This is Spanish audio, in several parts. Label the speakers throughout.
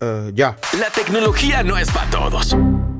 Speaker 1: Uh, ya.
Speaker 2: La tecnología no es para todos.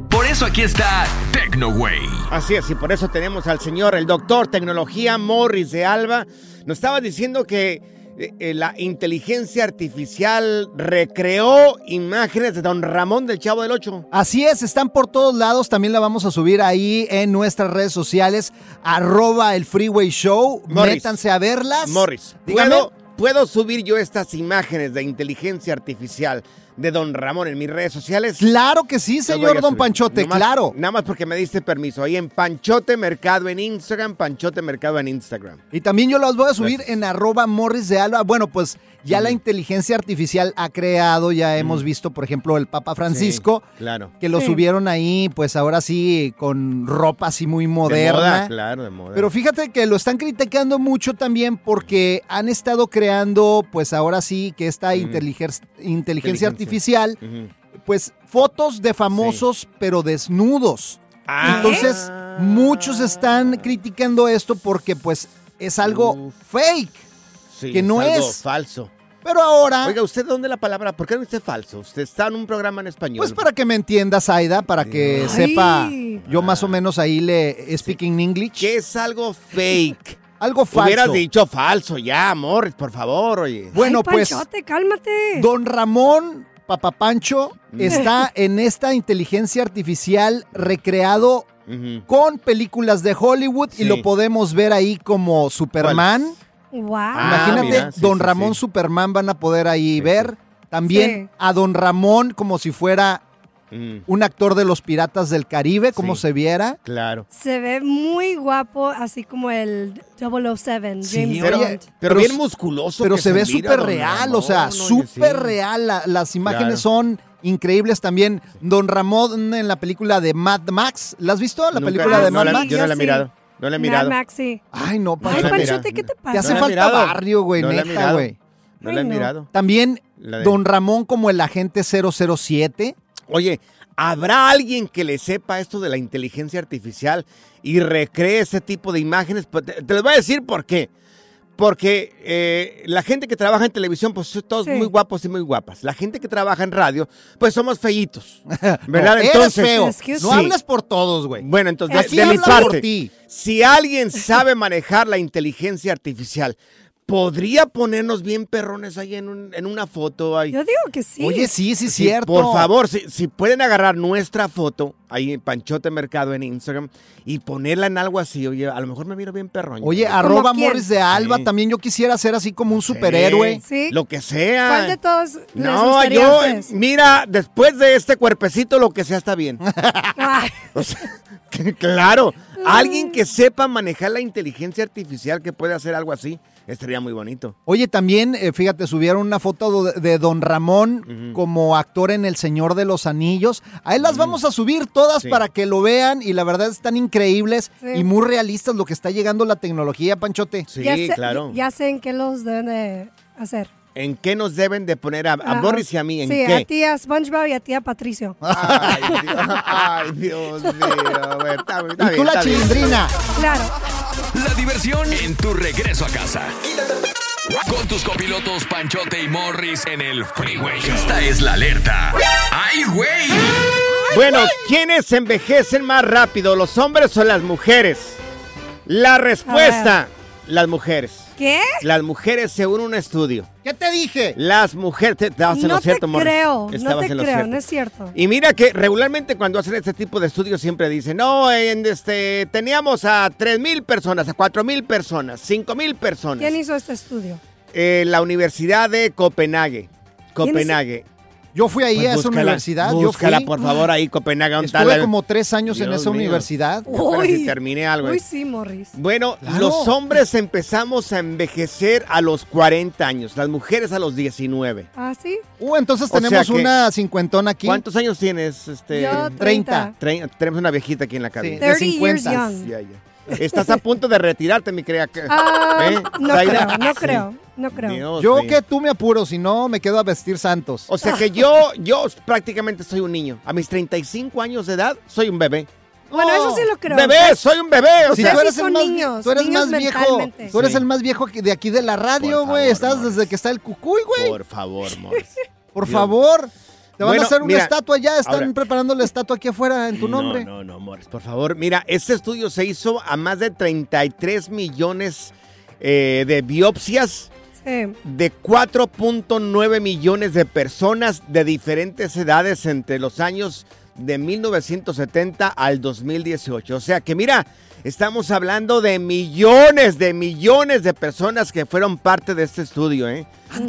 Speaker 2: Por eso aquí está TecnoWay.
Speaker 1: Así es, y por eso tenemos al señor, el doctor Tecnología Morris de Alba. Nos estaba diciendo que eh, la inteligencia artificial recreó imágenes de Don Ramón del Chavo del Ocho.
Speaker 3: Así es, están por todos lados. También la vamos a subir ahí en nuestras redes sociales, arroba el Freeway Show.
Speaker 1: Morris.
Speaker 3: Métanse a verlas.
Speaker 1: Morris,
Speaker 3: Dígame.
Speaker 1: ¿puedo, ¿puedo subir yo estas imágenes de inteligencia artificial de Don Ramón en mis redes sociales?
Speaker 3: Claro que sí,
Speaker 1: Los voy
Speaker 3: señor
Speaker 1: a
Speaker 3: Don
Speaker 1: subir.
Speaker 3: Panchote,
Speaker 1: Nomás-
Speaker 3: claro.
Speaker 1: Nada más porque me diste permiso. Ahí en Panchote Mercado en Instagram, Panchote Mercado en Instagram.
Speaker 3: Y también yo las voy a subir en arroba Morris de Alba. Bueno, pues ya la inteligencia artificial ha creado, ya hemos visto, por ejemplo, el Papa Francisco,
Speaker 1: Sí, claro.
Speaker 3: que lo subieron ahí, pues ahora sí, con ropa así muy moderna.
Speaker 1: De moda, claro, de moda.
Speaker 3: Pero fíjate que lo están criticando mucho también porque han estado creando, pues ahora sí, que esta inteliger- inteligencia,
Speaker 1: Inteligencia.
Speaker 3: artificial,
Speaker 1: Ujú.
Speaker 3: pues fotos de famosos, pero desnudos.
Speaker 1: Ah.
Speaker 3: Entonces, muchos están criticando esto porque pues es algo
Speaker 1: Uf.
Speaker 3: fake.
Speaker 1: Sí,
Speaker 3: que no
Speaker 1: algo
Speaker 3: es.
Speaker 1: falso.
Speaker 3: Pero ahora,
Speaker 1: Oiga, ¿usted dónde la palabra? ¿Por qué no dice falso? Usted está en un programa en español.
Speaker 3: pues para que me entiendas, Aida, para que sepa, yo más o menos ahí le speaking English.
Speaker 1: ¿Qué es algo fake?
Speaker 3: Algo falso.
Speaker 1: Hubieras dicho falso ya, amor, por favor, oye.
Speaker 3: Bueno,
Speaker 4: Ay,
Speaker 3: pues...
Speaker 4: Panchote, cálmate.
Speaker 3: Don Ramón Papapancho
Speaker 1: Mm.
Speaker 3: está en esta inteligencia artificial recreado
Speaker 1: Ujú.
Speaker 3: con películas de Hollywood
Speaker 1: Sí.
Speaker 3: y lo podemos ver ahí como Superman.
Speaker 4: wow.
Speaker 1: Ah,
Speaker 3: Imagínate,
Speaker 1: mira, sí,
Speaker 3: Don
Speaker 1: sí,
Speaker 3: Ramón
Speaker 1: sí.
Speaker 3: Superman van a poder ahí ver. También
Speaker 4: Sí.
Speaker 3: a Don Ramón como si fuera
Speaker 1: Mm,
Speaker 3: un actor de los Piratas del Caribe, como
Speaker 1: Sí.
Speaker 3: se viera.
Speaker 1: claro.
Speaker 4: Se ve muy guapo, así como el 007,
Speaker 3: Sí,
Speaker 4: James
Speaker 1: Pero,
Speaker 3: oye,
Speaker 4: Bond.
Speaker 1: pero
Speaker 3: pero
Speaker 1: bien
Speaker 3: s-
Speaker 1: musculoso.
Speaker 3: Pero
Speaker 1: que
Speaker 3: se ve
Speaker 1: mira,
Speaker 3: súper
Speaker 1: don
Speaker 3: real,
Speaker 1: Ramón,
Speaker 3: o sea,
Speaker 1: oye,
Speaker 3: súper
Speaker 1: sí.
Speaker 3: real. La- las imágenes
Speaker 1: Claro.
Speaker 3: son increíbles también. Don Ramón en la película de Mad Max, ¿la has visto? La
Speaker 1: Nunca-
Speaker 3: película
Speaker 1: no,
Speaker 3: de
Speaker 1: no
Speaker 3: Mad
Speaker 1: la-
Speaker 3: Max.
Speaker 1: Yo no la he
Speaker 4: Sí.
Speaker 1: mirado. No la he mirado.
Speaker 4: Mad Max, sí.
Speaker 3: Ay, no,
Speaker 1: No la
Speaker 4: Ay,
Speaker 1: he
Speaker 3: Pancho,
Speaker 1: mirado.
Speaker 4: Panchote, ¿qué te
Speaker 3: Te
Speaker 4: pasa?
Speaker 3: hace
Speaker 1: la he
Speaker 3: falta
Speaker 1: mirado.
Speaker 3: barrio, güey,
Speaker 1: No la he
Speaker 3: neta,
Speaker 1: mirado.
Speaker 3: güey.
Speaker 1: No la he
Speaker 4: Ay, no.
Speaker 1: mirado.
Speaker 3: También
Speaker 1: La de-
Speaker 3: Don Ramón como el agente 007.
Speaker 1: Oye, ¿habrá alguien que le sepa esto de la inteligencia artificial y recree ese tipo de imágenes? Pues, Te, te les voy a decir por qué. Porque eh, la gente que trabaja en televisión, pues son todos
Speaker 4: Sí.
Speaker 1: muy guapos y muy guapas. La gente que trabaja en radio, pues somos feitos. ¿Verdad?
Speaker 3: No, eres
Speaker 1: entonces.
Speaker 3: feo.
Speaker 4: Excuse
Speaker 3: No
Speaker 1: me.
Speaker 3: hablas por todos, güey.
Speaker 1: Bueno, entonces,
Speaker 3: Así
Speaker 1: de, de mi
Speaker 3: habla por
Speaker 1: parte,
Speaker 3: ti.
Speaker 1: si alguien sabe manejar la inteligencia artificial, ¿podría ponernos bien perrones ahí en, un- en una foto? Ahí?
Speaker 4: Yo digo que sí.
Speaker 3: Oye, sí, sí,
Speaker 1: Sí,
Speaker 3: cierto.
Speaker 1: Por favor, si, si pueden agarrar nuestra foto ahí en Panchote Mercado en Instagram y ponerla en algo así, oye, a lo mejor me miro bien perrón.
Speaker 3: Oye,
Speaker 1: Yo-
Speaker 3: arroba
Speaker 4: quién?
Speaker 3: Morris de Alba.
Speaker 1: Sí.
Speaker 3: También yo quisiera ser así como un
Speaker 1: Sí,
Speaker 3: superhéroe.
Speaker 4: Sí.
Speaker 1: Lo que sea.
Speaker 4: ¿Cuál de todos les
Speaker 1: no,
Speaker 4: gustaría
Speaker 1: yo,
Speaker 4: a ustedes?
Speaker 1: mira, después de este cuerpecito, lo que sea está bien.
Speaker 4: Ay,
Speaker 1: O sea, que- claro,
Speaker 4: Mm.
Speaker 1: alguien que sepa manejar la inteligencia artificial que puede hacer algo así, estaría muy bonito.
Speaker 3: Oye, también, eh, fíjate, subieron una foto do- de Don Ramón como actor en El Señor de los Anillos. Ahí las vamos a subir todas
Speaker 1: Sí.
Speaker 3: para que lo vean y la verdad están increíbles
Speaker 4: Sí.
Speaker 3: y muy realistas lo que está llegando la tecnología, Panchote.
Speaker 1: Sí,
Speaker 4: ya sé-
Speaker 1: claro.
Speaker 4: Ya sé en qué los deben de hacer.
Speaker 1: ¿En qué nos deben de poner a, a
Speaker 4: Ah,
Speaker 1: Boris y a mí? ¿En
Speaker 4: sí,
Speaker 1: qué? Ah,
Speaker 4: a ti, a SpongeBob y a ti, a Patricio.
Speaker 1: Ay, Dios, ay, Dios mío. güey, está- está
Speaker 3: Y tú
Speaker 1: bien,
Speaker 3: la
Speaker 1: está bien.
Speaker 3: chilindrina.
Speaker 4: Claro.
Speaker 2: La diversión en tu regreso a casa. Con tus copilotos Panchote y Morris en el Freeway. Show. Esta es la alerta. ¡Ay, güey!
Speaker 1: Bueno, ¿quiénes envejecen más rápido, los hombres o las mujeres? La respuesta, las mujeres.
Speaker 4: ¿Qué?
Speaker 1: Las mujeres según un estudio.
Speaker 3: ¿Qué te dije?
Speaker 1: Las mujeres... te- estabas
Speaker 4: no
Speaker 1: en Ah, lo
Speaker 4: te
Speaker 1: cierto, Morris.
Speaker 4: creo, no
Speaker 1: Estabas
Speaker 4: te
Speaker 1: en lo
Speaker 4: creo,
Speaker 1: cierto.
Speaker 4: no es cierto.
Speaker 1: Y mira que regularmente cuando hacen este tipo de estudios siempre dicen, no, en este, teníamos a 3.000 personas, a 4.000 personas, 5.000 personas.
Speaker 4: ¿Quién hizo este estudio?
Speaker 1: Eh, la Universidad de Copenhague. Copenhague.
Speaker 3: Yo fui ahí
Speaker 1: Pues
Speaker 3: a esa
Speaker 1: búscala,
Speaker 3: universidad.
Speaker 1: Búscala,
Speaker 3: yo fui.
Speaker 1: por favor, ahí, Copenhague. ¿dónde está
Speaker 3: Estuve
Speaker 1: la-
Speaker 3: como tres años en
Speaker 1: Dios
Speaker 3: esa
Speaker 1: mío.
Speaker 3: universidad.
Speaker 1: Yo apenas
Speaker 4: Uy.
Speaker 1: si terminé algo.
Speaker 4: Uy, sí, Morris.
Speaker 1: Bueno,
Speaker 3: Claro.
Speaker 1: los hombres empezamos a envejecer a los 40 años, las mujeres a los 19.
Speaker 4: ¿Ah, sí?
Speaker 3: Uh, entonces
Speaker 1: O sea
Speaker 3: tenemos
Speaker 1: que-
Speaker 3: una cincuentona aquí.
Speaker 1: ¿Cuántos años tienes? Este,
Speaker 4: Yo,
Speaker 3: treinta.
Speaker 4: 30.
Speaker 1: Tre- Tenemos una viejita aquí en la cabina.
Speaker 4: 30 years
Speaker 3: 50.
Speaker 4: young.
Speaker 1: Ya, ya. Estás a punto de retirarte, mi querida.
Speaker 4: Ah,
Speaker 1: ¿Eh?
Speaker 4: no
Speaker 1: Zaira.
Speaker 4: creo, no
Speaker 1: Sí.
Speaker 4: creo, no creo.
Speaker 1: Dios
Speaker 3: Yo
Speaker 1: mío.
Speaker 3: que tú me apuro, si no me quedo a vestir santos.
Speaker 1: O sea que yo, yo prácticamente soy un niño. A mis 35 años de edad, soy un bebé.
Speaker 4: Bueno, eso sí lo creo.
Speaker 1: ¡Bebé! ¡Soy un bebé! O
Speaker 4: Sí,
Speaker 1: sea,
Speaker 4: tú eres- son
Speaker 3: más,
Speaker 4: niños,
Speaker 3: tú eres
Speaker 4: niños
Speaker 3: más viejo.
Speaker 4: mentalmente.
Speaker 3: Tú eres
Speaker 1: Sí.
Speaker 3: el más viejo que- de aquí de la radio,
Speaker 1: Por
Speaker 3: güey.
Speaker 1: favor,
Speaker 3: Estás
Speaker 1: Morris.
Speaker 3: desde que está el cucuy, güey. Por,
Speaker 1: por favor, Morris. Dios.
Speaker 3: favor. Te van
Speaker 1: Bueno,
Speaker 3: a hacer una
Speaker 1: mira,
Speaker 3: estatua ya. Están
Speaker 1: ahora-
Speaker 3: preparando la estatua aquí afuera en tu nombre.
Speaker 1: No, no, no, Morris, por favor. Mira, este estudio se hizo a más de 33 millones eh, de biopsias
Speaker 4: Sí.
Speaker 1: de 4.9 millones de personas de diferentes edades entre los años de 1970 al 2018. O sea que mira, estamos hablando de millones, de millones de personas que fueron parte de este estudio, ¿eh?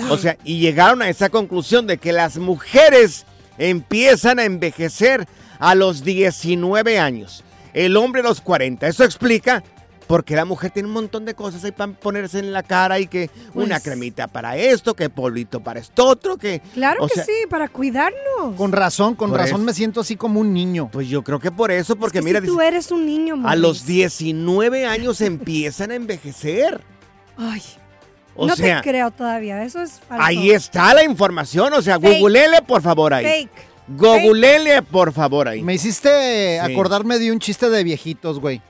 Speaker 1: O sea, y llegaron a esa conclusión de que las mujeres empiezan a envejecer a los 19 años, el hombre a los 40. Eso explica porque la mujer tiene un montón de cosas ahí para ponerse en la cara y que una
Speaker 4: Pues-
Speaker 1: cremita para esto, que polvito para esto otro, que...
Speaker 4: Claro
Speaker 1: o
Speaker 4: que
Speaker 1: sea,
Speaker 4: sí, para cuidarnos.
Speaker 3: Con razón, con
Speaker 1: Por
Speaker 3: razón
Speaker 1: eso.
Speaker 3: me siento así como un niño.
Speaker 1: Pues yo creo que por eso, porque
Speaker 4: Es que
Speaker 1: mira,
Speaker 4: si tú
Speaker 1: dice,
Speaker 4: eres un niño, Morris.
Speaker 1: a los 19 años empiezan a envejecer.
Speaker 4: Ay,
Speaker 1: O
Speaker 4: no
Speaker 1: sea,
Speaker 4: te creo todavía, eso es falso.
Speaker 1: ahí está la información, o sea,
Speaker 4: Fake.
Speaker 1: googlele por favor ahí.
Speaker 4: Fake.
Speaker 1: Googlele por favor ahí.
Speaker 3: Me hiciste
Speaker 1: Sí.
Speaker 3: acordarme de un chiste de viejitos, güey.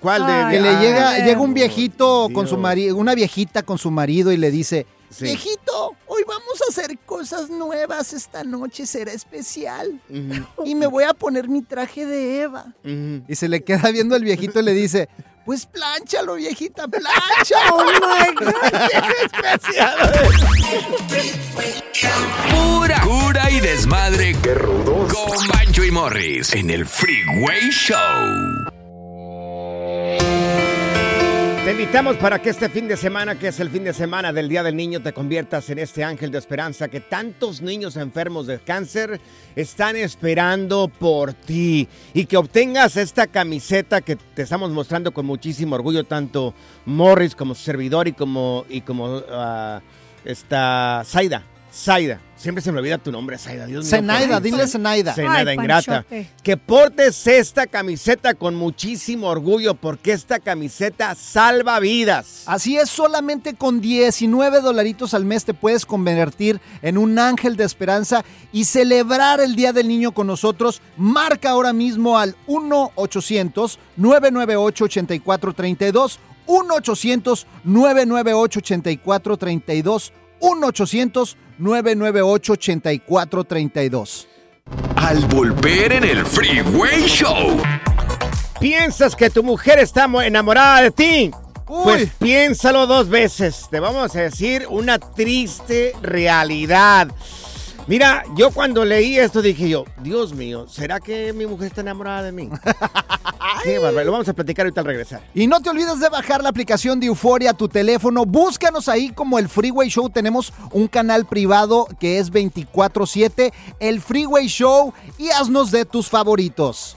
Speaker 1: ¿Cuál de
Speaker 4: Ay,
Speaker 3: Que le
Speaker 4: Ay,
Speaker 3: llega,
Speaker 4: Dios.
Speaker 3: llega un viejito con su
Speaker 1: Dios.
Speaker 3: marido, una viejita con su marido y le dice,
Speaker 1: Sí.
Speaker 3: viejito, hoy vamos a hacer cosas nuevas, esta noche será especial
Speaker 1: Ujú,
Speaker 3: y me voy a poner mi traje de Eva.
Speaker 1: ujú.
Speaker 3: Y se le queda viendo el viejito y le dice, pues plánchalo, viejita, plánchalo. oh my
Speaker 2: Pura cura y desmadre. ¡Qué rudos! Con Pancho y Morris en el Freeway Show.
Speaker 1: Te invitamos para que este fin de semana, que es el fin de semana del Día del Niño, te conviertas en este ángel de esperanza que tantos niños enfermos de cáncer están esperando por ti y que obtengas esta camiseta que te estamos mostrando con muchísimo orgullo, tanto Morris como su servidor y como, y como ah, esta Zaida. Zaida, siempre se me olvida tu nombre, Zaida. Dios mío,
Speaker 3: Zenaida,
Speaker 1: perdón.
Speaker 3: dile Zenaida.
Speaker 1: Sí, nada
Speaker 4: Ay,
Speaker 1: ingrata.
Speaker 4: Panchote.
Speaker 1: Que portes esta camiseta con muchísimo orgullo porque esta camiseta salva vidas.
Speaker 3: Así es, solamente con 19 dolaritos al mes te puedes convertir en un ángel de esperanza y celebrar el Día del Niño con nosotros. Marca ahora mismo al 1-800-998-8432. 1-800-998-8432. 1-800-998-8432.
Speaker 2: Al volver en el Freeway Show.
Speaker 1: ¿Piensas que tu mujer está mo- enamorada de ti? Pues piénsalo dos veces. Te vamos a decir una triste realidad. Mira, yo cuando leí esto dije yo, Dios mío, ¿será que mi mujer está enamorada de mí? Qué bárbaro. Lo vamos a platicar ahorita al regresar.
Speaker 3: Y no te olvides de bajar la aplicación de Euforia a tu teléfono. Búscanos ahí como el Freeway Show. Tenemos un canal privado que es 24-7, el Freeway Show, y haznos de tus favoritos.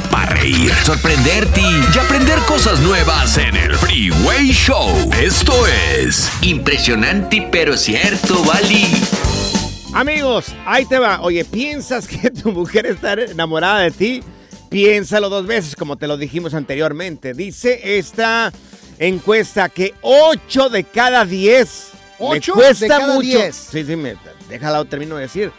Speaker 2: para reír, sorprenderte y aprender cosas nuevas en el Freeway Show. Esto es impresionante pero cierto, Bali.
Speaker 1: Amigos, ahí te va. Oye, ¿piensas que tu mujer está enamorada de ti? Piénsalo dos veces, como te lo dijimos anteriormente. Dice esta encuesta que 8 de cada 10.
Speaker 3: ¿Ocho
Speaker 1: me cuesta
Speaker 3: de cada
Speaker 1: mucho.
Speaker 3: diez?
Speaker 1: Sí, sí, me, déjala, termino de decir.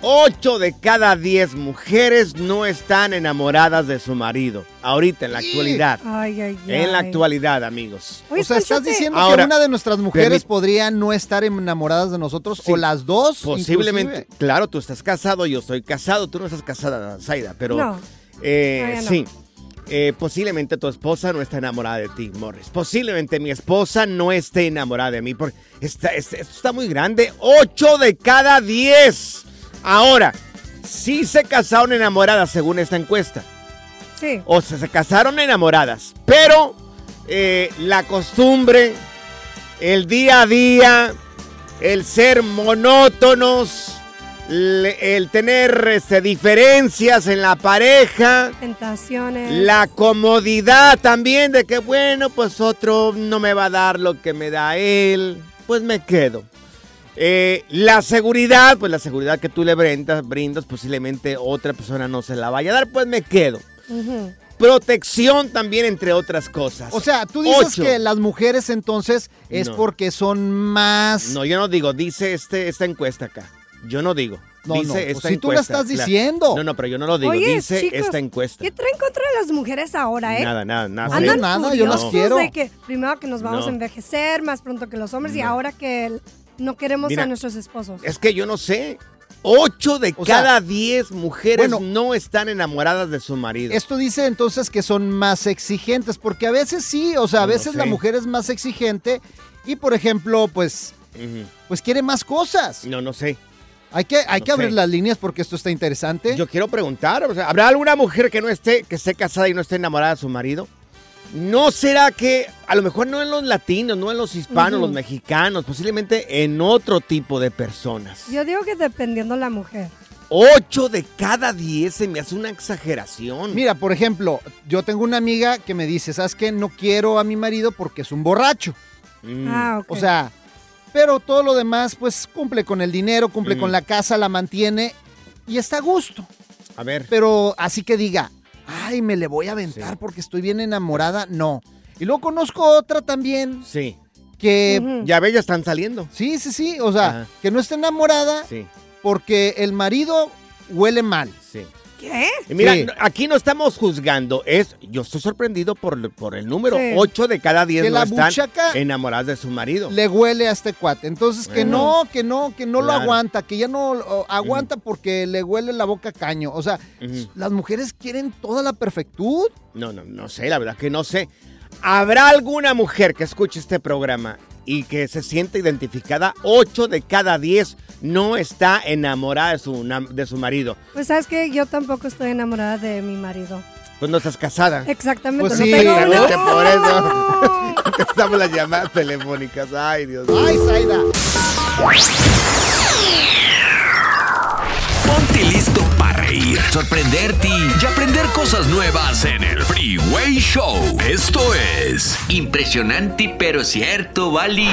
Speaker 1: 8 de cada 10 mujeres no están enamoradas de su marido. Ahorita, en la actualidad.
Speaker 4: Ay, ay, ay.
Speaker 1: En la actualidad, amigos.
Speaker 3: o sea, estás diciendo
Speaker 1: Ahora,
Speaker 3: que una de nuestras mujeres
Speaker 1: permit-
Speaker 3: podría no estar enamoradas de nosotros o las dos.
Speaker 1: Posiblemente,
Speaker 3: inclusive.
Speaker 1: claro, tú estás casado, yo estoy casado, tú no estás casada, Zaida, pero
Speaker 4: No.
Speaker 1: eh,
Speaker 4: Todavía no.
Speaker 1: sí. Eh, posiblemente tu esposa no está enamorada de ti, Morris. Posiblemente mi esposa no esté enamorada de mí. Porque está, es- esto está muy grande. 8 de cada 10. Ahora, sí se casaron enamoradas según esta encuesta.
Speaker 4: Sí.
Speaker 1: O sea, se casaron enamoradas. Pero eh, la costumbre, el día a día, el ser monótonos, le- el tener este, diferencias en la pareja,
Speaker 4: Tentaciones.
Speaker 1: la comodidad también de que, bueno, pues otro no me va a dar lo que me da él, pues me quedo. Eh, la seguridad, pues la seguridad que tú le brindas, brindas, posiblemente otra persona no se la vaya a dar, pues me quedo
Speaker 4: Ujú.
Speaker 1: protección también, entre otras cosas.
Speaker 3: O sea, tú dices
Speaker 1: Ocho.
Speaker 3: que las mujeres entonces es
Speaker 1: No.
Speaker 3: porque son más.
Speaker 1: No, yo no digo, dice este, esta encuesta acá. Yo no digo.
Speaker 3: No,
Speaker 1: dice
Speaker 3: no,
Speaker 1: esta
Speaker 3: pues si tú la
Speaker 1: encuesta,
Speaker 3: estás
Speaker 1: claro.
Speaker 3: diciendo.
Speaker 1: No, no, pero yo no lo digo.
Speaker 4: Oye,
Speaker 1: dice
Speaker 4: chicos,
Speaker 1: esta encuesta.
Speaker 4: ¿Qué traen contra las mujeres ahora, eh?
Speaker 1: Nada, nada, nada.
Speaker 3: No,
Speaker 4: Andan
Speaker 3: nada, yo las
Speaker 4: furiosos
Speaker 3: quiero.
Speaker 4: de que primero que nos vamos
Speaker 1: No.
Speaker 4: a envejecer más pronto que los hombres y ahora que el- no queremos
Speaker 1: Mira.
Speaker 4: a nuestros esposos.
Speaker 1: Es que yo no sé. Ocho de
Speaker 3: O sea,
Speaker 1: cada diez mujeres
Speaker 3: bueno.
Speaker 1: no están enamoradas de su marido.
Speaker 3: Esto dice entonces que son más exigentes, porque a veces sí, o sea, a
Speaker 1: No
Speaker 3: veces la
Speaker 1: sé.
Speaker 3: mujer es más exigente y, por ejemplo, pues,
Speaker 1: Ujú.
Speaker 3: pues quiere más cosas.
Speaker 1: No, no sé.
Speaker 3: Hay que, hay
Speaker 1: No
Speaker 3: que abrir
Speaker 1: sé.
Speaker 3: las líneas porque esto está interesante.
Speaker 1: Yo quiero preguntar, o sea, ¿habrá alguna mujer que no esté, que esté casada y no esté enamorada de su marido? ¿No será que, a lo mejor no en los latinos, no en los hispanos,
Speaker 4: Ujú.
Speaker 1: los mexicanos, posiblemente en otro tipo de personas?
Speaker 4: Yo digo que dependiendo la mujer.
Speaker 1: 8 de cada 10 se me hace una exageración.
Speaker 3: Mira, por ejemplo, yo tengo una amiga que me dice, ¿sabes qué? No quiero a mi marido porque es un borracho.
Speaker 1: Mm.
Speaker 4: Ah, ok.
Speaker 3: O sea, pero todo lo demás, pues cumple con el dinero, cumple
Speaker 1: Mm.
Speaker 3: con la casa, la mantiene y está a gusto.
Speaker 1: A ver.
Speaker 3: Pero así que diga, ay, me le voy a aventar porque estoy bien enamorada, no. Y luego conozco otra también
Speaker 1: Sí.
Speaker 3: que...
Speaker 1: Ya ve, ya están saliendo.
Speaker 3: Sí, sí, sí, o sea,
Speaker 1: Ajá.
Speaker 3: que no está enamorada
Speaker 1: Sí,
Speaker 3: porque el marido huele mal.
Speaker 1: sí.
Speaker 4: ¿Qué?
Speaker 1: Y mira,
Speaker 3: Sí.
Speaker 1: no- aquí no estamos juzgando. Es, yo estoy sorprendido por, por el número.
Speaker 4: Sí.
Speaker 1: 8 de cada 10
Speaker 3: Que
Speaker 1: no
Speaker 3: la
Speaker 1: están
Speaker 3: buchaca-
Speaker 1: enamoradas de su marido.
Speaker 3: Le huele a este cuate. Entonces, que
Speaker 1: Bueno.
Speaker 3: no, que no, que no
Speaker 1: Claro.
Speaker 3: lo aguanta, que ya no o, aguanta porque le huele la boca a caño. O sea,
Speaker 1: Ujú.
Speaker 3: las mujeres quieren toda la perfectud.
Speaker 1: No, no, no sé, la verdad que no sé. ¿Habrá alguna mujer que escuche este programa y que se siente identificada? 8 de cada 10 no está enamorada de su, nam- de su marido.
Speaker 4: Pues sabes que yo tampoco estoy enamorada de mi marido.
Speaker 1: Pues no estás casada.
Speaker 4: Exactamente.
Speaker 3: Pues
Speaker 4: no
Speaker 3: sí,
Speaker 4: tengo
Speaker 1: Pregunte
Speaker 4: una-
Speaker 1: este, por eso. Contestamos las llamadas telefónicas. Ay, Dios mío.
Speaker 3: Ay, Zaida.
Speaker 2: Ponte listo para reír, sorprenderte y aprender cosas nuevas en el Freeway Show. Esto es impresionante pero cierto, Bali.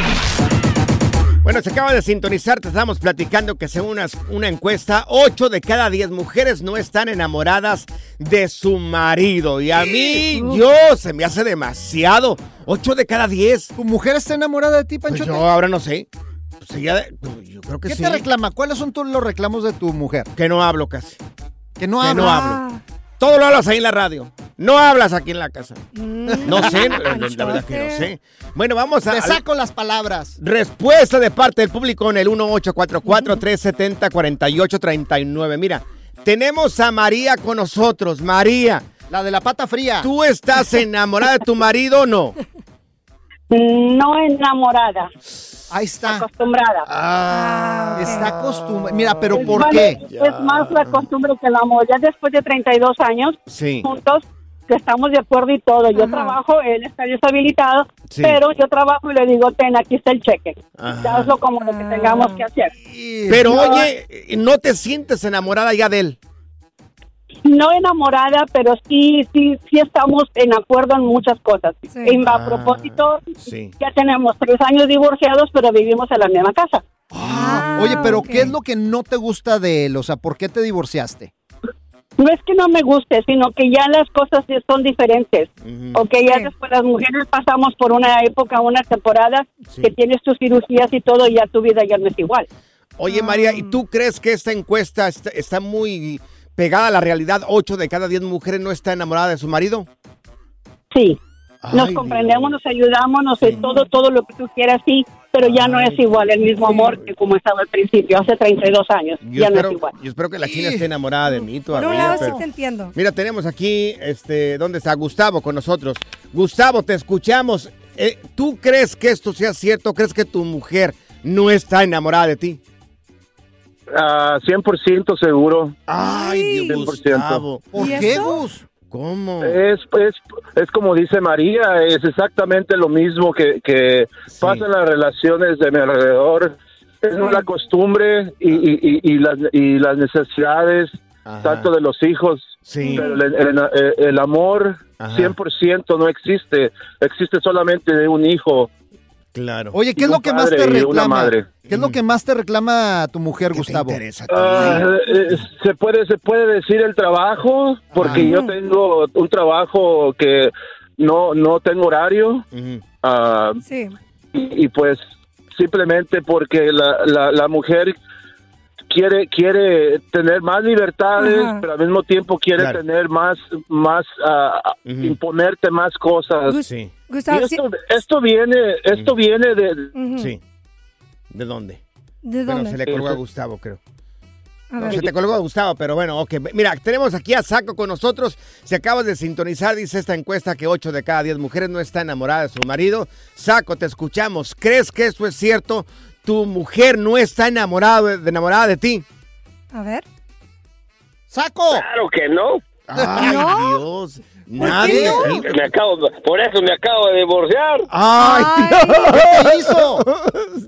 Speaker 1: Bueno, se acaba de sintonizar, te estamos platicando que según una, una encuesta, 8 de cada 10 mujeres no están enamoradas de su marido. Y a mí, yo, se me hace demasiado. 8 de cada 10.
Speaker 3: ¿Tu mujer está enamorada de ti,
Speaker 1: Pues
Speaker 3: Panchote?
Speaker 1: yo ahora no sé. Pues ella- pues yo creo que
Speaker 3: ¿Qué
Speaker 1: sí.
Speaker 3: te reclama? ¿Cuáles son tus- los reclamos de tu mujer?
Speaker 1: Que no hablo casi.
Speaker 3: Que no
Speaker 1: Que
Speaker 3: habla.
Speaker 1: no hablo. Todo lo hablas ahí en la radio. No hablas aquí en la casa.
Speaker 4: Mm,
Speaker 1: No sé, la, la- la
Speaker 4: Panchote.
Speaker 1: verdad que no sé. Bueno, vamos a...
Speaker 3: Te
Speaker 1: a-
Speaker 3: saco las palabras.
Speaker 1: Respuesta de parte del público en el 1844-370-4839. Mira, tenemos a María con nosotros. María,
Speaker 3: La de la pata fría.
Speaker 1: ¿tú estás enamorada de tu marido o no?
Speaker 5: No enamorada,
Speaker 3: Ahí está.
Speaker 5: acostumbrada.
Speaker 1: Ah,
Speaker 3: Está acostumbrada. Mira, pero ¿por
Speaker 5: Bueno,
Speaker 3: qué?
Speaker 5: Es más la costumbre que el amor. Ya después de 32 años
Speaker 1: sí.
Speaker 5: juntos, que estamos de acuerdo y todo. Yo
Speaker 4: Ajá.
Speaker 5: trabajo, él está deshabilitado,
Speaker 1: Sí.
Speaker 5: pero yo trabajo y le digo, ten, aquí está el cheque.
Speaker 1: Ajá.
Speaker 5: Hazlo como lo que tengamos que hacer.
Speaker 1: Pero oye, ¿no te sientes enamorada ya de él?
Speaker 5: No enamorada, pero sí, sí, sí estamos en acuerdo en muchas cosas.
Speaker 4: Sí.
Speaker 5: En-
Speaker 1: Ah,
Speaker 5: a propósito,
Speaker 1: sí.
Speaker 5: ya tenemos tres años divorciados, pero vivimos en la misma casa.
Speaker 4: Ah,
Speaker 3: Oye, pero
Speaker 4: ok.
Speaker 3: ¿qué es lo que no te gusta de él? O sea, ¿por qué te divorciaste?
Speaker 5: No es que no me guste, sino que ya las cosas sí son diferentes.
Speaker 1: Ujú.
Speaker 5: Ok, ya
Speaker 4: Sí.
Speaker 5: después las mujeres pasamos por una época, una temporada
Speaker 1: Sí.
Speaker 5: que tienes tus cirugías y todo, y ya tu vida ya no es igual.
Speaker 1: Oye, María, ¿y tú crees que esta encuesta está, está muy pegada a la realidad? ¿Ocho de cada diez mujeres no está enamorada de su marido?
Speaker 5: Sí, nos
Speaker 1: Ay,
Speaker 5: comprendemos,
Speaker 1: Dios.
Speaker 5: nos ayudamos, nos
Speaker 1: Sí.
Speaker 5: todo, todo lo que tú quieras, sí, pero ya no
Speaker 1: Ay,
Speaker 5: es igual el mismo
Speaker 1: sí,
Speaker 5: amor
Speaker 1: güey.
Speaker 5: que como estaba al principio, hace 32 años,
Speaker 1: Yo
Speaker 5: ya no
Speaker 1: espero,
Speaker 5: es igual.
Speaker 1: yo espero que la China esté enamorada de mí
Speaker 4: Por
Speaker 1: todavía.
Speaker 4: un lado sí
Speaker 1: pero-
Speaker 4: te entiendo.
Speaker 1: Mira, tenemos aquí, este, ¿dónde está? Gustavo con nosotros. Gustavo, te escuchamos. Eh, ¿Tú crees que esto sea cierto? ¿Crees que tu mujer no está enamorada de ti?
Speaker 6: Ah, 100% seguro.
Speaker 1: Ay, Dios,
Speaker 6: 100%.
Speaker 1: Gustavo.
Speaker 3: ¿Por
Speaker 4: ¿Y
Speaker 3: qué,
Speaker 4: eso?
Speaker 3: Gus?
Speaker 1: ¿Cómo?
Speaker 5: Oh.
Speaker 7: Eh,
Speaker 6: Es, es, es como dice María, es exactamente lo mismo que, que
Speaker 1: Sí.
Speaker 6: pasa en las relaciones de mi alrededor. Es la costumbre y, y, y- y las, y las necesidades,
Speaker 1: Ajá.
Speaker 6: tanto de los hijos.
Speaker 1: Sí.
Speaker 6: Pero el, el- el amor
Speaker 1: Ajá.
Speaker 6: 100% no existe. Existe solamente de un hijo.
Speaker 1: Claro.
Speaker 3: Oye,
Speaker 6: Y
Speaker 3: ¿qué es
Speaker 6: un
Speaker 3: lo que más te
Speaker 6: padre y una
Speaker 3: reclama?
Speaker 6: madre.
Speaker 3: ¿Qué es lo que más te reclama tu mujer,
Speaker 1: ¿Qué te
Speaker 3: Gustavo?
Speaker 1: interesa a ti?
Speaker 6: Ah, eh, se puede se puede decir el trabajo porque
Speaker 1: Ah.
Speaker 6: yo tengo un trabajo que no no tengo horario
Speaker 1: Ujú.
Speaker 6: ah,
Speaker 4: Sí.
Speaker 6: y, y pues simplemente porque la, la, la mujer quiere quiere tener más libertades
Speaker 4: Ajá.
Speaker 6: pero al mismo tiempo quiere
Speaker 1: Claro.
Speaker 6: tener más más ah,
Speaker 1: Ujú.
Speaker 6: imponerte más cosas
Speaker 4: Gus-
Speaker 1: Sí,
Speaker 6: Y
Speaker 4: Gustavo, sí-
Speaker 6: esto, esto viene
Speaker 1: Mm.
Speaker 6: esto viene de
Speaker 4: Ujú.
Speaker 1: sí. Mm. ¿De dónde?
Speaker 4: ¿De
Speaker 1: Bueno, se
Speaker 4: dónde?
Speaker 1: le colgó a Gustavo, creo.
Speaker 4: A
Speaker 1: No, se
Speaker 4: ver.
Speaker 1: te colgó Gustavo, pero bueno, ok. Mira, tenemos aquí a Saco con nosotros. Se acabas de sintonizar, dice esta encuesta que 8 de cada 10 mujeres no está enamorada de su marido. Saco, te escuchamos. ¿Crees que esto es cierto? Tu mujer no está enamorada de, enamorada de ti.
Speaker 4: A ver.
Speaker 3: ¡Saco!
Speaker 6: claro que no
Speaker 1: Ay, Dios. Nadie.
Speaker 6: me acabo por eso me acabo de divorciar
Speaker 1: Ay,
Speaker 4: Ay,
Speaker 3: ¿Qué hizo?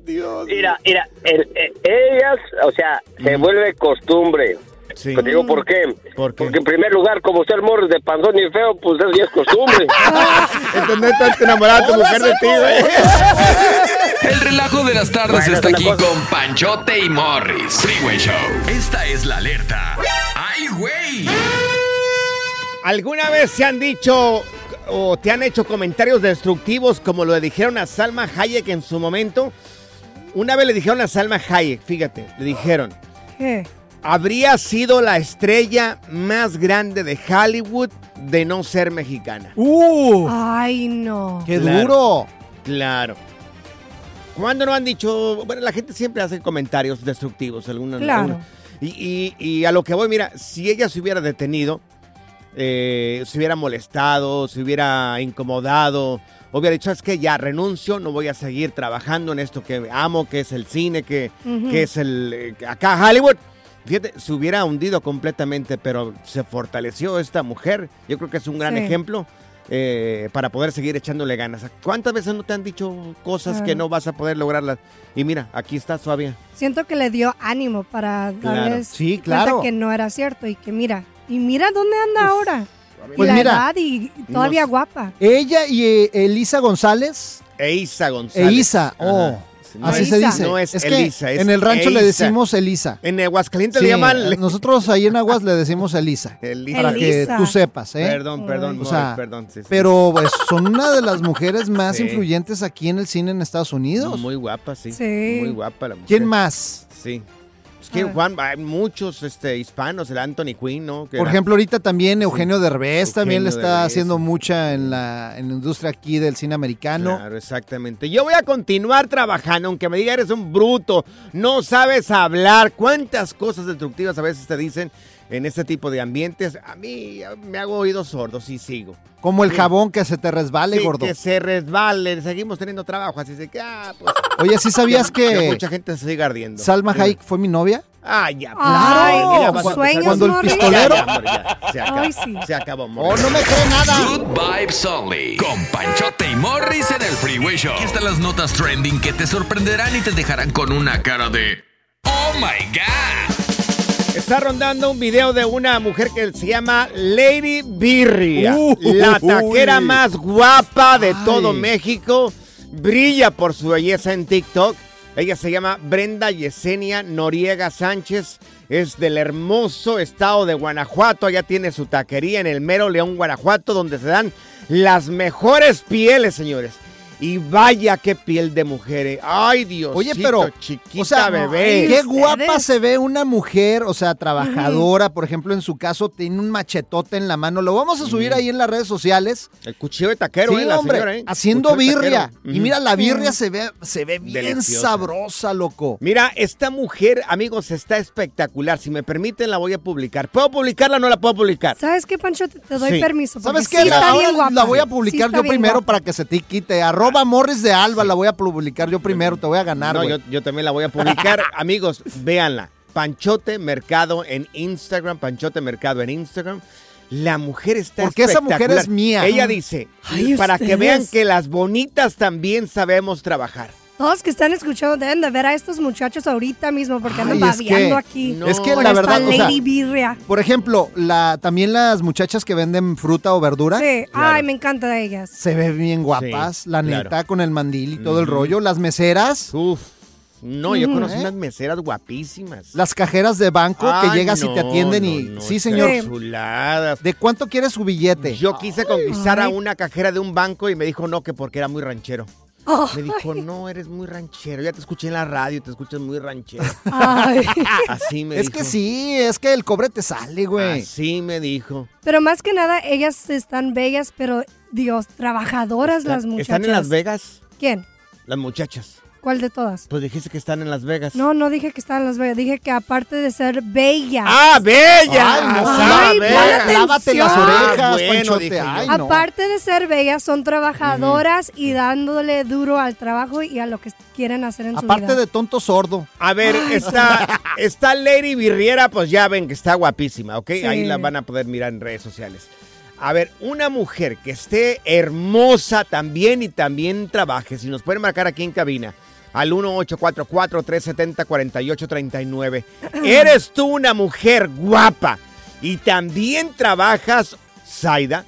Speaker 1: Dios.
Speaker 8: eh,
Speaker 6: Mira, mira, el- el- ellas, o sea, se vuelve costumbre.
Speaker 1: Sí.
Speaker 8: Te digo por qué. Porque en primer lugar, como usted el morro de panzón y feo, pues eso ya es costumbre.
Speaker 1: Entonces no estás enamorada de este Ah, tu mujer de ti, ¿eh?
Speaker 2: El relajo de las tardes
Speaker 8: Bueno,
Speaker 2: está
Speaker 8: es una
Speaker 2: aquí
Speaker 8: cosa.
Speaker 2: con Panchote y Morris. Freeway Show. Esta es la alerta. ¡Ay, güey!
Speaker 1: ¿Alguna vez se han dicho o te han hecho comentarios destructivos como lo dijeron a Salma Hayek en su momento? Una vez le dijeron a Salma Hayek, fíjate, le dijeron,
Speaker 4: ¿Qué?
Speaker 1: habría sido la estrella más grande de Hollywood de no ser mexicana.
Speaker 3: ¡Uh!
Speaker 1: Ah,
Speaker 4: Ay, no.
Speaker 1: duro! Claro. ¿Cuándo no han dicho? Bueno, la gente siempre hace comentarios destructivos, algunos.
Speaker 4: Claro.
Speaker 1: algunos. Y, y- y a lo que voy, mira, si ella se hubiera detenido, eh, se hubiera molestado, se hubiera incomodado, hubiera dicho, es que ya renuncio, no voy a seguir trabajando en esto que amo, que es el cine, que,
Speaker 9: Ujú.
Speaker 1: que es el... eh, acá Hollywood. Fíjate, se hubiera hundido completamente, pero se fortaleció esta mujer. Yo creo que es un gran
Speaker 9: Sí.
Speaker 1: ejemplo eh, para poder seguir echándole ganas. ¿Cuántas veces no te han dicho cosas que
Speaker 3: Ah.
Speaker 4: Claro.
Speaker 1: no vas a poder lograrlas? Y mira, aquí está Suavia.
Speaker 4: Siento que le dio ánimo para
Speaker 1: Claro.
Speaker 4: darles
Speaker 1: Sí,
Speaker 4: cuenta
Speaker 1: claro.
Speaker 4: que no era cierto y que mira, y mira dónde anda ahora. Y
Speaker 3: Pues
Speaker 4: la
Speaker 3: mira.
Speaker 4: edad y todavía
Speaker 3: Nos-
Speaker 4: guapa.
Speaker 3: Ella y eh, Elisa González.
Speaker 1: Eisa E González.
Speaker 3: Elisa,
Speaker 1: Ajá.
Speaker 3: oh.
Speaker 1: No
Speaker 3: así
Speaker 1: es-
Speaker 3: se dice.
Speaker 1: No es,
Speaker 3: que
Speaker 1: Elisa, es
Speaker 3: en el rancho le
Speaker 1: Eisa.
Speaker 3: decimos Elisa.
Speaker 1: En Aguascalientes le
Speaker 3: Sí,
Speaker 1: llaman.
Speaker 3: Nosotros ahí en Aguas le decimos Elisa.
Speaker 1: Elisa.
Speaker 3: Para que
Speaker 1: Elisa.
Speaker 3: tú sepas, ¿eh?
Speaker 1: Perdón, perdón,
Speaker 3: O
Speaker 1: Morris,
Speaker 3: sea,
Speaker 1: perdón, sí, sí.
Speaker 3: Pero pues, son una de las mujeres más
Speaker 1: Sí.
Speaker 3: influyentes aquí en el cine en Estados Unidos.
Speaker 1: Muy guapa, sí.
Speaker 3: Sí.
Speaker 1: Muy guapa la mujer.
Speaker 3: ¿Quién más?
Speaker 1: Sí. Es que
Speaker 3: A ver.
Speaker 1: Juan, hay muchos este, hispanos, el Anthony Quinn, ¿no? Que
Speaker 3: Por
Speaker 1: era-
Speaker 3: ejemplo, ahorita también Eugenio Derbez también le
Speaker 1: Eugenio
Speaker 3: está
Speaker 1: Derbez.
Speaker 3: haciendo mucha en la, en la industria aquí del cine americano.
Speaker 1: Claro, exactamente. Yo voy a continuar trabajando, aunque me diga eres un bruto, no sabes hablar. ¿Cuántas cosas destructivas a veces te dicen en este tipo de ambientes? A mí a- me hago oídos sordos y sigo.
Speaker 3: Como el
Speaker 1: Sí.
Speaker 3: jabón que se te resbale,
Speaker 1: Sí,
Speaker 3: gordo.
Speaker 1: Que se resbale, seguimos teniendo trabajo, así de que, ah, pues.
Speaker 3: Oye, ¿sí sabías que-
Speaker 1: mucha gente se sigue ardiendo.
Speaker 3: Salma
Speaker 1: Dime.
Speaker 3: Hayek fue mi novia.
Speaker 1: Ah, ya.
Speaker 3: Claro.
Speaker 1: Ay, mira, vas a
Speaker 3: Cuando-
Speaker 1: empezar
Speaker 3: cuando el
Speaker 1: con-
Speaker 3: pistolero-
Speaker 1: Ya, ya, amor, ya. Se acabó.
Speaker 2: Ay,
Speaker 1: Se acabó, amor.
Speaker 2: Oh, no me
Speaker 3: cree nada.
Speaker 2: Good vibes only. Con Panchote y Morris en el Freeway Show. Aquí están las notas trending que te sorprenderán y te dejarán con una cara de. ¡Oh my god!
Speaker 1: Está rondando un video de una mujer que se llama Lady Birria,
Speaker 9: Uy.
Speaker 1: la taquera más guapa de todo México. Brilla por su belleza en TikTok. Ella se llama Brenda Yesenia Noriega Sánchez. Es del hermoso estado de Guanajuato. Allá tiene su taquería en el mero León, Guanajuato, donde se dan las mejores pieles, señores. Y vaya qué piel de mujer. eh. Ay, Dios.
Speaker 3: Oye, pero,
Speaker 1: chiquita
Speaker 3: o sea,
Speaker 1: bebé.
Speaker 3: Qué guapa se ve una mujer, o sea, trabajadora, por ejemplo, en su caso tiene un machetote en la mano. Lo vamos a subir
Speaker 1: Ujú.
Speaker 3: ahí en las redes sociales.
Speaker 1: El cuchillo de taquero,
Speaker 3: sí,
Speaker 1: eh, la
Speaker 3: hombre,
Speaker 1: señora, eh.
Speaker 3: haciendo
Speaker 1: Cuchillo de
Speaker 3: birria.
Speaker 1: taquero.
Speaker 3: Y
Speaker 1: Ujú.
Speaker 3: mira, la birria
Speaker 1: Sí.
Speaker 3: se ve, se ve bien
Speaker 1: Deliciosa.
Speaker 3: sabrosa, loco.
Speaker 1: Mira, esta mujer, amigos, está espectacular. Si me permiten, la voy a publicar. ¿Puedo publicarla o no la puedo publicar?
Speaker 4: ¿Sabes qué, Pancho? Te, te doy
Speaker 1: Sí.
Speaker 4: permiso. porque
Speaker 3: ¿Sabes
Speaker 4: sí
Speaker 3: qué?
Speaker 4: está
Speaker 3: la,
Speaker 4: bien
Speaker 3: ahora
Speaker 4: guapa.
Speaker 3: la voy a
Speaker 4: Sí
Speaker 3: publicar
Speaker 4: está
Speaker 3: yo
Speaker 4: bien
Speaker 3: primero
Speaker 4: guapa.
Speaker 3: para que se te quite. Arroba Morris de Alba, la voy a publicar yo primero, te voy a ganar,
Speaker 1: Ah, No,
Speaker 3: güey.
Speaker 1: yo, yo también la voy a publicar. amigos, véanla. Panchote Mercado en Instagram. Panchote Mercado en Instagram. La mujer está
Speaker 3: Porque esa mujer
Speaker 1: espectacular.
Speaker 3: es mía.
Speaker 1: Ella dice,
Speaker 4: Ay,
Speaker 1: para que
Speaker 4: ustedes.
Speaker 1: vean que las bonitas también sabemos trabajar.
Speaker 4: Todos que están escuchando deben de ver a estos muchachos ahorita mismo porque andan
Speaker 3: Ay, es que-
Speaker 4: babeando aquí.
Speaker 3: es que
Speaker 4: con
Speaker 3: la
Speaker 4: esta
Speaker 3: verdad, o sea,
Speaker 4: Lady Birria.
Speaker 3: Por ejemplo, la, también las muchachas que venden fruta o verdura.
Speaker 4: Sí, ay, me encanta de ellas.
Speaker 3: Se ven bien guapas, la
Speaker 1: claro.
Speaker 3: neta, con el mandil y todo el
Speaker 1: Ujú.
Speaker 3: rollo. Las meseras.
Speaker 1: Uf. No, yo
Speaker 3: Ujú.
Speaker 1: conocí
Speaker 3: ¿Eh?
Speaker 1: unas meseras guapísimas.
Speaker 3: Las cajeras de banco que
Speaker 1: Ay,
Speaker 3: llegas y te
Speaker 1: no,
Speaker 3: atienden
Speaker 1: no,
Speaker 3: y.
Speaker 1: no,
Speaker 3: sí, señor.
Speaker 1: chuladas.
Speaker 3: ¿De cuánto quieres su billete?
Speaker 1: Yo quise conquistar a
Speaker 3: Ay.
Speaker 1: una cajera de un banco y me dijo no, que porque era muy ranchero.
Speaker 9: Ay.
Speaker 4: Oh,
Speaker 1: Me dijo, no, eres muy ranchero. Ya te escuché en la radio, te escuchas muy ranchero.
Speaker 4: Ay.
Speaker 1: Así me
Speaker 3: Es
Speaker 1: dijo.
Speaker 3: que sí, es que el cobre te sale, güey.
Speaker 1: Así me dijo.
Speaker 4: Pero más que nada, ellas están bellas, pero Dios, trabajadoras las muchachas.
Speaker 1: ¿Están en Las Vegas?
Speaker 4: ¿Quién?
Speaker 1: Las muchachas.
Speaker 4: ¿Cuál de todas?
Speaker 1: Pues dijiste que están en Las Vegas.
Speaker 4: No, no dije que estaban en Las Vegas, dije que aparte de ser bella.
Speaker 1: ¡Ah, bella!
Speaker 3: Ay, no,
Speaker 4: Ay,
Speaker 3: lava-
Speaker 4: pon atención.
Speaker 3: lávate las orejas,
Speaker 1: Ah, bueno,
Speaker 3: Panchote.
Speaker 1: dije yo.
Speaker 3: Ay, no.
Speaker 4: Aparte de ser bellas, son trabajadoras y dándole duro al trabajo y a lo que quieren hacer en su vida.
Speaker 3: Aparte de tonto sordo.
Speaker 1: A ver, está, está Lady Birriera, pues ya ven que está guapísima, ¿ok?
Speaker 3: Sí.
Speaker 1: Ahí la van a poder mirar en redes sociales. A ver, una mujer que esté hermosa también y también trabaje, si nos pueden marcar aquí en cabina, al 1-844-370-4839. ¿Eres tú una mujer guapa y también trabajas, Zaida?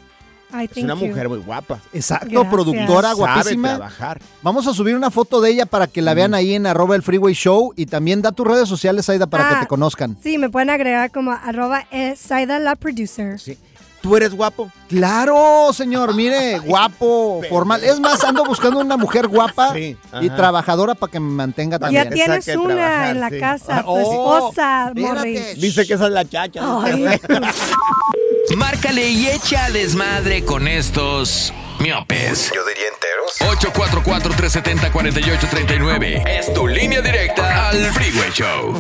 Speaker 1: Es una mujer muy guapa.
Speaker 3: Exacto, productora guapísima.
Speaker 1: Sabe trabajar. Mm.
Speaker 3: Vamos a subir una foto de ella para que la vean ahí en arroba el freeway show y también da tus redes sociales, Aida, para que
Speaker 4: Ah.
Speaker 3: te conozcan.
Speaker 4: Sí, me pueden agregar como arroba eh, Saida la producer. Sí.
Speaker 1: ¿Tú eres guapo?
Speaker 3: Claro, señor, mire, guapo, formal. Es más, ando buscando una mujer guapa y
Speaker 4: ajá.
Speaker 3: trabajadora para que me mantenga
Speaker 4: Ya
Speaker 3: también.
Speaker 4: tienes una en la casa, tu esposa, Morris.
Speaker 1: Dice que esa es la chacha.
Speaker 2: Márcale y echa desmadre con estos miopes. Yo diría enteros. 844-370-4839. Es tu línea directa al Freeway Show.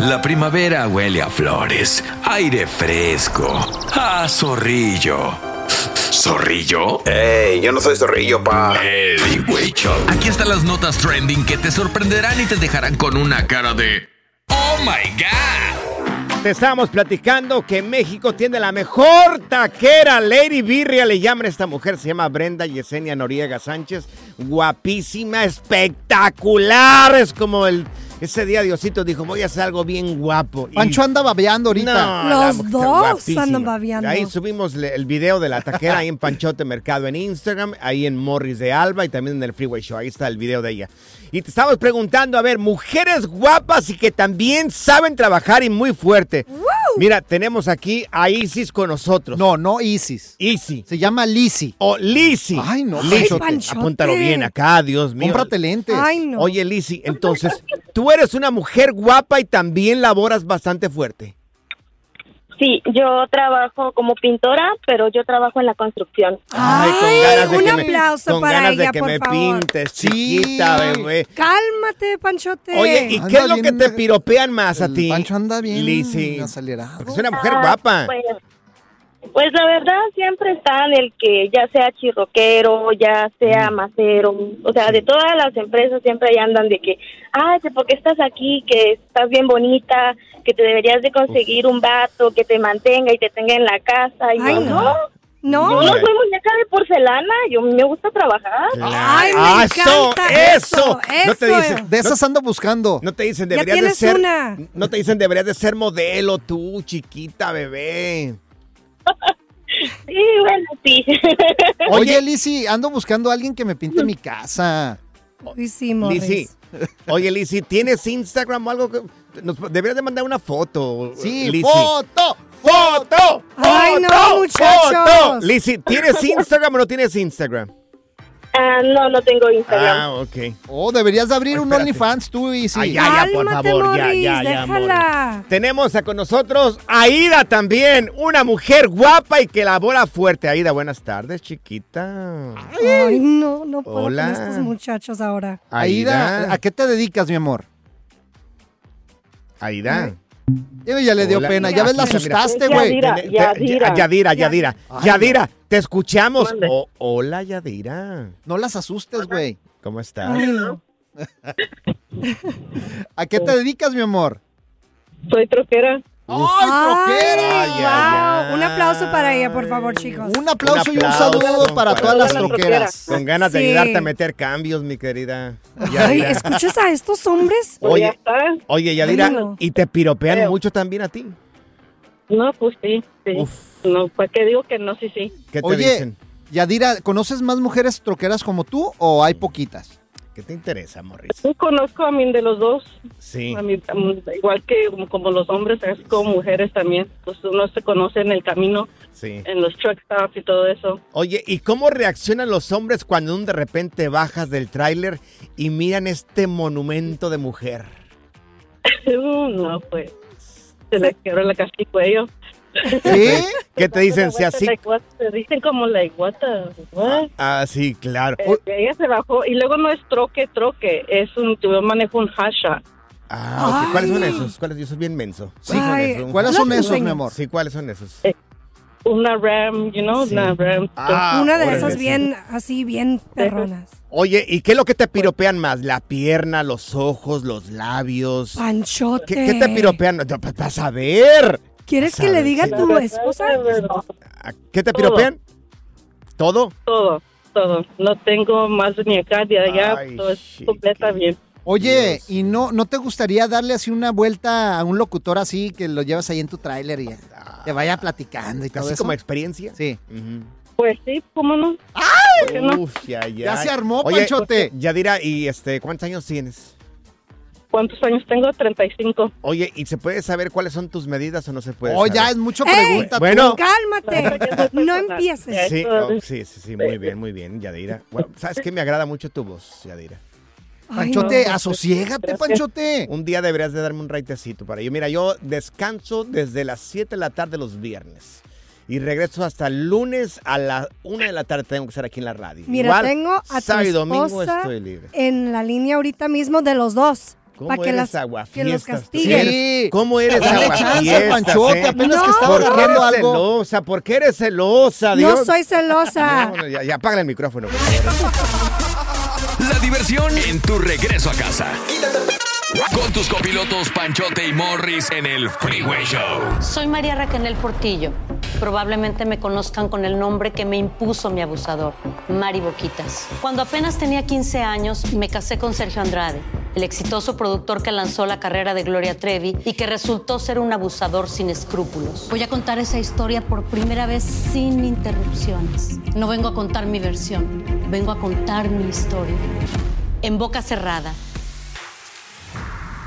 Speaker 2: La primavera huele a flores, aire fresco, a zorrillo. ¿Zorrillo?
Speaker 9: Ey, yo no soy zorrillo, pa.
Speaker 2: El Freeway Show. Aquí están las notas trending que te sorprenderán y te dejarán con una cara de... ¡Oh, my God!
Speaker 1: Te estábamos platicando que México tiene la mejor taquera. Lady Birria le llaman a esta mujer. Se llama Brenda Yesenia Noriega Sánchez. Guapísima, espectacular. Es como el. Ese día Diosito dijo, voy a hacer algo bien guapo. Y-
Speaker 3: Pancho anda babeando ahorita.
Speaker 1: No, la
Speaker 4: Los
Speaker 1: mujer
Speaker 4: dos
Speaker 1: guapísima.
Speaker 4: andan babeando.
Speaker 1: Ahí subimos le- el video de la taquera ahí en Panchote Mercado en Instagram, ahí en Morris de Alba y también en el Freeway Show. Ahí está el video de ella. Y te estamos preguntando, a ver, mujeres guapas y que también saben trabajar y muy fuerte.
Speaker 4: Uh.
Speaker 1: Mira, tenemos aquí a Isis con nosotros.
Speaker 3: No, no Isis.
Speaker 1: Isis.
Speaker 3: Se llama Lisi.
Speaker 1: O Lisi.
Speaker 3: Ay, no,
Speaker 1: Lisi,
Speaker 3: Panchote.
Speaker 1: apúntalo bien acá, Dios mío.
Speaker 3: Cómprate lentes.
Speaker 1: Ay,
Speaker 3: Ay,
Speaker 1: no.
Speaker 3: no.
Speaker 1: Oye, Lisi, entonces, tú eres una mujer guapa y también laboras bastante fuerte.
Speaker 10: Sí, yo trabajo como pintora, pero yo trabajo en la construcción.
Speaker 1: Ay, con ganas de
Speaker 4: un
Speaker 1: que me-
Speaker 4: aplauso
Speaker 1: con
Speaker 4: para
Speaker 1: ganas de
Speaker 4: ella,
Speaker 1: que
Speaker 4: por
Speaker 1: me
Speaker 4: favor.
Speaker 1: pintes, chiquita, bebé.
Speaker 4: Cálmate, Panchote.
Speaker 1: Oye, ¿y qué es lo que te piropean más a ti? Pancho
Speaker 3: anda bien
Speaker 1: Porque es una mujer
Speaker 10: Ah,
Speaker 1: guapa.
Speaker 10: Pues, pues la verdad siempre están el que ya sea chirroquero, ya sea macero, o sea, de todas las empresas siempre ahí andan de que, ay, que ¿por qué estás aquí? Que estás bien bonita, que te deberías de conseguir un vato que te mantenga y te tenga en la casa. Y
Speaker 4: Ay,
Speaker 10: yo,
Speaker 4: no.
Speaker 10: no.
Speaker 4: No.
Speaker 10: Yo no soy muñeca de porcelana, yo me gusta trabajar.
Speaker 1: Ay, me Ah, eso, encanta eso. eso, No te eso. dicen-
Speaker 3: de esas ando buscando.
Speaker 1: No te dicen, deberías de
Speaker 3: tienes
Speaker 1: ser.
Speaker 3: una.
Speaker 1: No te dicen, deberías de ser modelo tú, chiquita, bebé.
Speaker 10: Sí, bueno, sí.
Speaker 3: Oye, Lisi, ando buscando a alguien que me pinte mi casa.
Speaker 1: Lisi. Oye, Lisi, ¿tienes Instagram o algo? Que nos, deberías de mandar una foto.
Speaker 3: Sí,
Speaker 1: Lisi.
Speaker 3: foto,
Speaker 1: foto,
Speaker 10: Ay, no,
Speaker 1: foto,
Speaker 10: muchachos.
Speaker 1: foto. Lisi, ¿tienes Instagram o no tienes Instagram?
Speaker 10: Ah, no, no tengo Instagram.
Speaker 1: Ah, ok.
Speaker 3: Oh, deberías de abrir un
Speaker 1: Espérate.
Speaker 3: OnlyFans tú, Lisi.
Speaker 1: Ay, ya, ya, por Cálmate, favor, ya, Morris, ya, ya, déjala. Tenemos a con nosotros Aida también, una mujer guapa y que labora fuerte. Aida, buenas tardes, chiquita.
Speaker 4: Ay, no, no puedo
Speaker 1: Hola.
Speaker 4: con estos muchachos ahora.
Speaker 3: Aida, ¿a qué te dedicas, mi amor?
Speaker 1: Aida.
Speaker 3: Eh, Ya le dio
Speaker 1: Hola.
Speaker 3: pena, ya ves, la
Speaker 1: Mira, mira.
Speaker 3: asustaste, güey.
Speaker 1: Yadira, Yadira. Yadira, Yadira. Te escuchamos. O- hola, Yadira.
Speaker 3: No las asustes, güey.
Speaker 1: ¿Cómo estás?
Speaker 3: Ay, no. ¿A qué te dedicas, mi amor?
Speaker 5: Soy troquera.
Speaker 3: ¡Ay, troquera!
Speaker 4: Ay, wow. Un aplauso para ella, por favor, chicos.
Speaker 3: Un aplauso y un saludo para todas las troqueras.
Speaker 1: Con ganas de
Speaker 4: Sí.
Speaker 1: ayudarte a meter cambios, mi querida.
Speaker 4: Ay,
Speaker 1: Yadira.
Speaker 4: ¿escuchas a estos hombres?
Speaker 1: Oye, oye, Yadira,
Speaker 4: Ay, no.
Speaker 1: y te piropean mucho también a ti.
Speaker 5: No, pues sí. sí. No, ¿para qué digo que no? Sí, sí.
Speaker 1: ¿Qué te
Speaker 3: Oye,
Speaker 1: dicen?
Speaker 3: Yadira, ¿conoces más mujeres troqueras como tú o hay poquitas?
Speaker 1: ¿Qué te interesa, Morris?
Speaker 5: Yo conozco a mí de los dos.
Speaker 1: Sí.
Speaker 5: A mí, mm, igual que como, como los hombres, es como mujeres también. Pues uno se conoce en el camino,
Speaker 1: Sí.
Speaker 5: en los truck stops y todo eso.
Speaker 1: Oye, ¿y cómo reaccionan los hombres cuando de repente bajas del tráiler y miran este monumento de mujer?
Speaker 5: Uh, no, pues se les quebró la casi cuello.
Speaker 1: ¿Qué? ¿Qué te dicen? Si así.
Speaker 5: Like, what? Te dicen como like, what the- what?
Speaker 1: Ah, sí, claro.
Speaker 5: Eh, ella se bajó y luego no es troque, troque, es un, yo manejo un hasha.
Speaker 1: Ah, ok. ¿Cuáles son
Speaker 5: Ay.
Speaker 1: esos? ¿Cuáles? Yo soy bien menso.
Speaker 5: Sí. Ay,
Speaker 3: ¿Cuáles son esos, mi
Speaker 1: amor? Sí, ¿cuáles son esos?
Speaker 5: Una RAM, you know,
Speaker 1: Sí.
Speaker 5: una RAM.
Speaker 1: Ah,
Speaker 4: Una de
Speaker 1: órale,
Speaker 4: esas
Speaker 1: sí.
Speaker 4: bien, así, bien perronas.
Speaker 1: Oye, ¿y qué es lo que te piropean más? ¿La pierna, los ojos, los labios?
Speaker 4: Panchote.
Speaker 1: ¿Qué, qué te piropean? Para saber.
Speaker 4: ¿Quieres
Speaker 1: Pa'
Speaker 4: que le
Speaker 1: saber,
Speaker 4: diga a
Speaker 1: sí.
Speaker 4: tu esposa?
Speaker 1: ¿Qué te piropean? ¿Todo?
Speaker 5: Todo, todo. No tengo más de ni acá ni allá,
Speaker 3: Ay,
Speaker 5: todo es completa bien.
Speaker 3: Oye, ¿y no, no te gustaría darle así una vuelta a un locutor así que lo llevas ahí en tu tráiler y te vaya platicando y todo
Speaker 1: ¿Así
Speaker 3: eso?
Speaker 1: como experiencia?
Speaker 3: Sí.
Speaker 5: Pues sí, ¿cómo no? ¿Por qué no?
Speaker 1: Uf, ya, ya.
Speaker 3: Ya se armó,
Speaker 1: Oye,
Speaker 3: Panchote.
Speaker 1: Yadira, ¿y este, cuántos años tienes?
Speaker 5: ¿Cuántos años tengo? 35.
Speaker 1: Oye, ¿y se puede saber cuáles son tus medidas o no se puede?
Speaker 3: Oh, ya,
Speaker 1: saber?
Speaker 3: es mucho
Speaker 4: ¡Ey!
Speaker 3: pregunta, tú.
Speaker 1: Pues, Bueno,
Speaker 4: Cálmate. No empieces.
Speaker 1: sí, oh, sí, sí, sí, muy bien, muy bien, Yadira. Bueno, ¿sabes qué? Me agrada mucho tu voz, Yadira.
Speaker 3: Panchote, asosiégate, Panchote.
Speaker 1: Un día deberías de darme un raitecito para yo. Mira, yo descanso desde las 7 de la tarde los viernes. Y regreso hasta el lunes a la 1 de la tarde. Tengo que estar aquí en la radio.
Speaker 4: Mira,
Speaker 1: Igual,
Speaker 4: tengo a tu
Speaker 1: sábado y domingo
Speaker 4: esposa
Speaker 1: estoy libre.
Speaker 4: en la línea ahorita mismo de los dos.
Speaker 1: ¿Cómo
Speaker 4: Para que,
Speaker 1: eres
Speaker 4: las- que
Speaker 1: aguafiestas?
Speaker 4: los
Speaker 1: tú?
Speaker 4: castiguen.
Speaker 1: Sí, ¿Cómo eres
Speaker 3: Dale chance al
Speaker 1: aguafiestas?
Speaker 3: Panchote,
Speaker 1: eh?
Speaker 3: apenas que estaba
Speaker 1: ¿Por qué
Speaker 3: agarrando
Speaker 1: eres
Speaker 3: algo.
Speaker 1: celosa? ¿Por qué eres celosa,
Speaker 4: No
Speaker 1: Dios?
Speaker 4: soy celosa.
Speaker 1: No, no, ya, ya apaga el micrófono.
Speaker 2: La diversión en tu regreso a casa. Con tus copilotos Panchote y Morris en el Freeway Show.
Speaker 11: Soy María Raquel Portillo. Probablemente me conozcan con el nombre que me impuso mi abusador, Mari Boquitas. Cuando apenas tenía 15 años, me casé con Sergio Andrade, el exitoso productor que lanzó la carrera de Gloria Trevi y que resultó ser un abusador sin escrúpulos. Voy a contar esa historia por primera vez sin interrupciones. No vengo a contar mi versión, vengo a contar mi historia. En boca cerrada.